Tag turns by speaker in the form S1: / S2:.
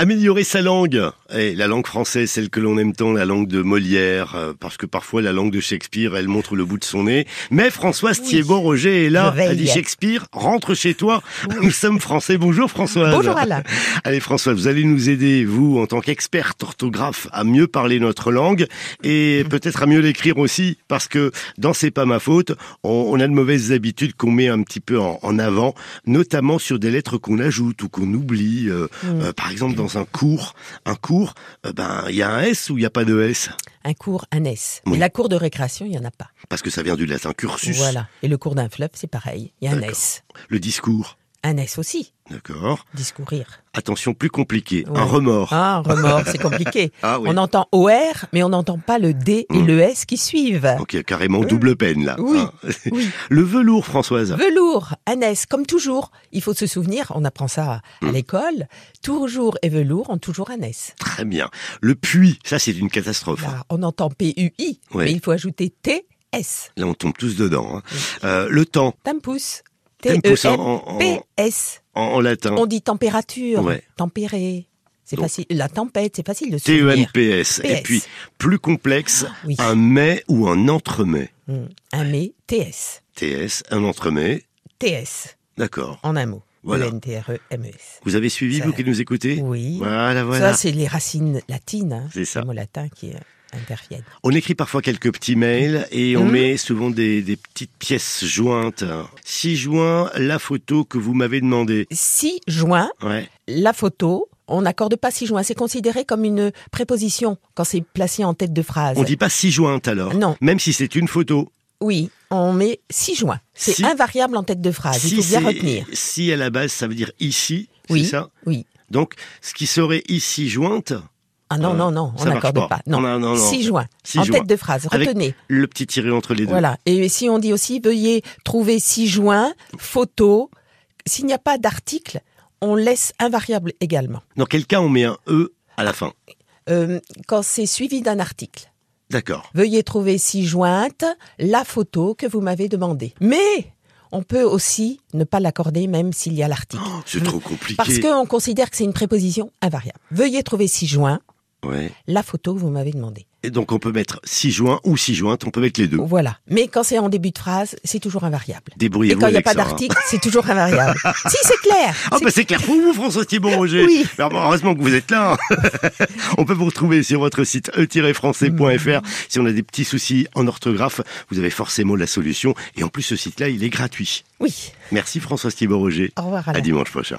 S1: améliorer sa langue. Et la langue française, celle que l'on aime tant, la langue de Molière, euh, parce que parfois la langue de Shakespeare, elle montre le bout de son nez. Mais Françoise
S2: Oui.
S1: Thiebaud-Roger est là.
S2: Je veille.
S1: Elle dit Shakespeare, rentre chez toi. Nous sommes français. Bonjour Françoise.
S2: Bonjour Alain.
S1: Allez François, vous allez nous aider, vous, en tant qu'experte orthographe, à mieux parler notre langue
S2: Mhm.
S1: et peut-être à mieux l'écrire aussi, parce que dans C'est pas ma faute, on, on a de mauvaises habitudes qu'on met un petit peu en, en avant, notamment sur des lettres qu'on ajoute ou qu'on oublie. Euh, euh, par exemple, dans un cours, un cours, euh, ben il y a un S ou il n'y a pas de S,
S2: Un cours, un S.
S1: Oui.
S2: Mais la cour de récréation, il n'y en a pas.
S1: parce que ça vient du latin cursus,
S2: Voilà. Et le cours d'un fleuve, c'est pareil. Il y a un
S1: D'accord.
S2: S.
S1: le discours,
S2: Un S aussi.
S1: d'accord.
S2: Discourir.
S1: Attention, plus compliqué,
S2: Ouais.
S1: un remords.
S2: Ah, un remords, c'est compliqué.
S1: Ah oui.
S2: On entend OR, mais on n'entend pas le D et
S1: Mm.
S2: le S qui suivent.
S1: Donc Ah, carrément double peine là.
S2: Oui,
S1: hein.
S2: oui.
S1: Le velours, Françoise.
S2: Velours, un S, comme toujours. Il faut se souvenir, on apprend ça à
S1: Mm.
S2: l'école. Toujours et velours ont toujours un S.
S1: Très bien. Le puits, ça c'est une catastrophe.
S2: Là, on entend P-U-I,
S1: Ouais.
S2: mais il faut ajouter T-S.
S1: Là, on tombe tous dedans. hein. Euh, le temps,
S2: Tempus. E
S1: Tempus en- en-
S2: T-E-M-P-S.
S1: en, en latin.
S2: On dit température,
S1: Mm. Ouais.
S2: tempéré. C'est
S1: Donc-
S2: facile. La tempête, c'est facile de se
S1: E
S2: souvenir.
S1: T-E-N-P-S. Et
S2: PS.
S1: puis, plus complexe,
S2: Oui.
S1: un mais ou un entremet.
S2: Hum, Un mais, T-S.
S1: T-S, un entremet.
S2: T-S,
S1: D'accord.
S2: en un mot. E
S1: Voilà.
S2: E-N-T-R-E-M-E-S.
S1: Vous avez suivi,
S2: Ça-
S1: vous qui nous écoutez
S2: Oui.
S1: Voilà, voilà.
S2: Ça, c'est les racines latines. hein,
S1: C'est ça.
S2: Les mots latins qui euh, interviennent.
S1: on écrit parfois quelques petits mails et on
S2: Hmm.
S1: met souvent des, des petites pièces jointes. 6 juin, la photo que vous m'avez demandée.
S2: 6 juin,
S1: Ouais.
S2: la photo, on n'accorde pas 6 juin. C'est considéré comme une préposition quand c'est placé en tête de phrase.
S1: On dit pas 6 jointes alors.
S2: Non.
S1: Même si c'est une photo.
S2: Oui, on met 6 juin. C'est
S1: Si-
S2: invariable en tête de phrase. Ah, Il faut
S1: c'est-
S2: bien retenir.
S1: Si à la base, ça veut dire ici,
S2: Oui.
S1: c'est ça
S2: Oui.
S1: Donc, ce qui serait ici jointe,
S2: Ah non,
S1: Euh,
S2: non, non, on
S1: ça marche
S2: n'accorde
S1: pas.
S2: pas. Non.
S1: Non, non, non.
S2: 6 juin.
S1: Six
S2: en
S1: juin.
S2: tête de phrase.
S1: Avec
S2: Retenez.
S1: le petit tiré entre les deux.
S2: Voilà. Et si on dit aussi, veuillez trouver 6 juin, photo. S'il n'y a pas d'article, on laisse invariable également.
S1: Dans quel cas on met un E à la fin
S2: Euh, quand c'est suivi d'un article.
S1: D'accord.
S2: Veuillez trouver si jointe la photo que vous m'avez demandée. Mais on peut aussi ne pas l'accorder même s'il y a l'article.
S1: Oh, c'est trop compliqué.
S2: Parce qu'on considère que c'est une préposition invariable. Veuillez trouver si joint
S1: Ouais.
S2: la photo que vous m'avez demandée.
S1: Et donc on peut mettre 6 joints ou 6 jointes, on peut mettre les deux.
S2: Voilà. Mais quand c'est en début de phrase, c'est toujours invariable. Et
S1: Débrouillez-vous
S2: quand il n'y a
S1: avec
S2: pas
S1: ça, hein.
S2: d'article, c'est toujours invariable. si, c'est clair.
S1: Ah
S2: C'est-
S1: bah c'est clair pour vous François Thibault Roger.
S2: Oui.
S1: Alors, bon, heureusement que vous êtes là. hein. on peut vous retrouver sur votre site e-français.fr. Si on a des petits soucis en orthographe, vous avez forcément la solution. Et en plus ce site-là, il est gratuit.
S2: Oui.
S1: Merci François Thibault Roger.
S2: Au revoir, Alain.
S1: À dimanche prochain.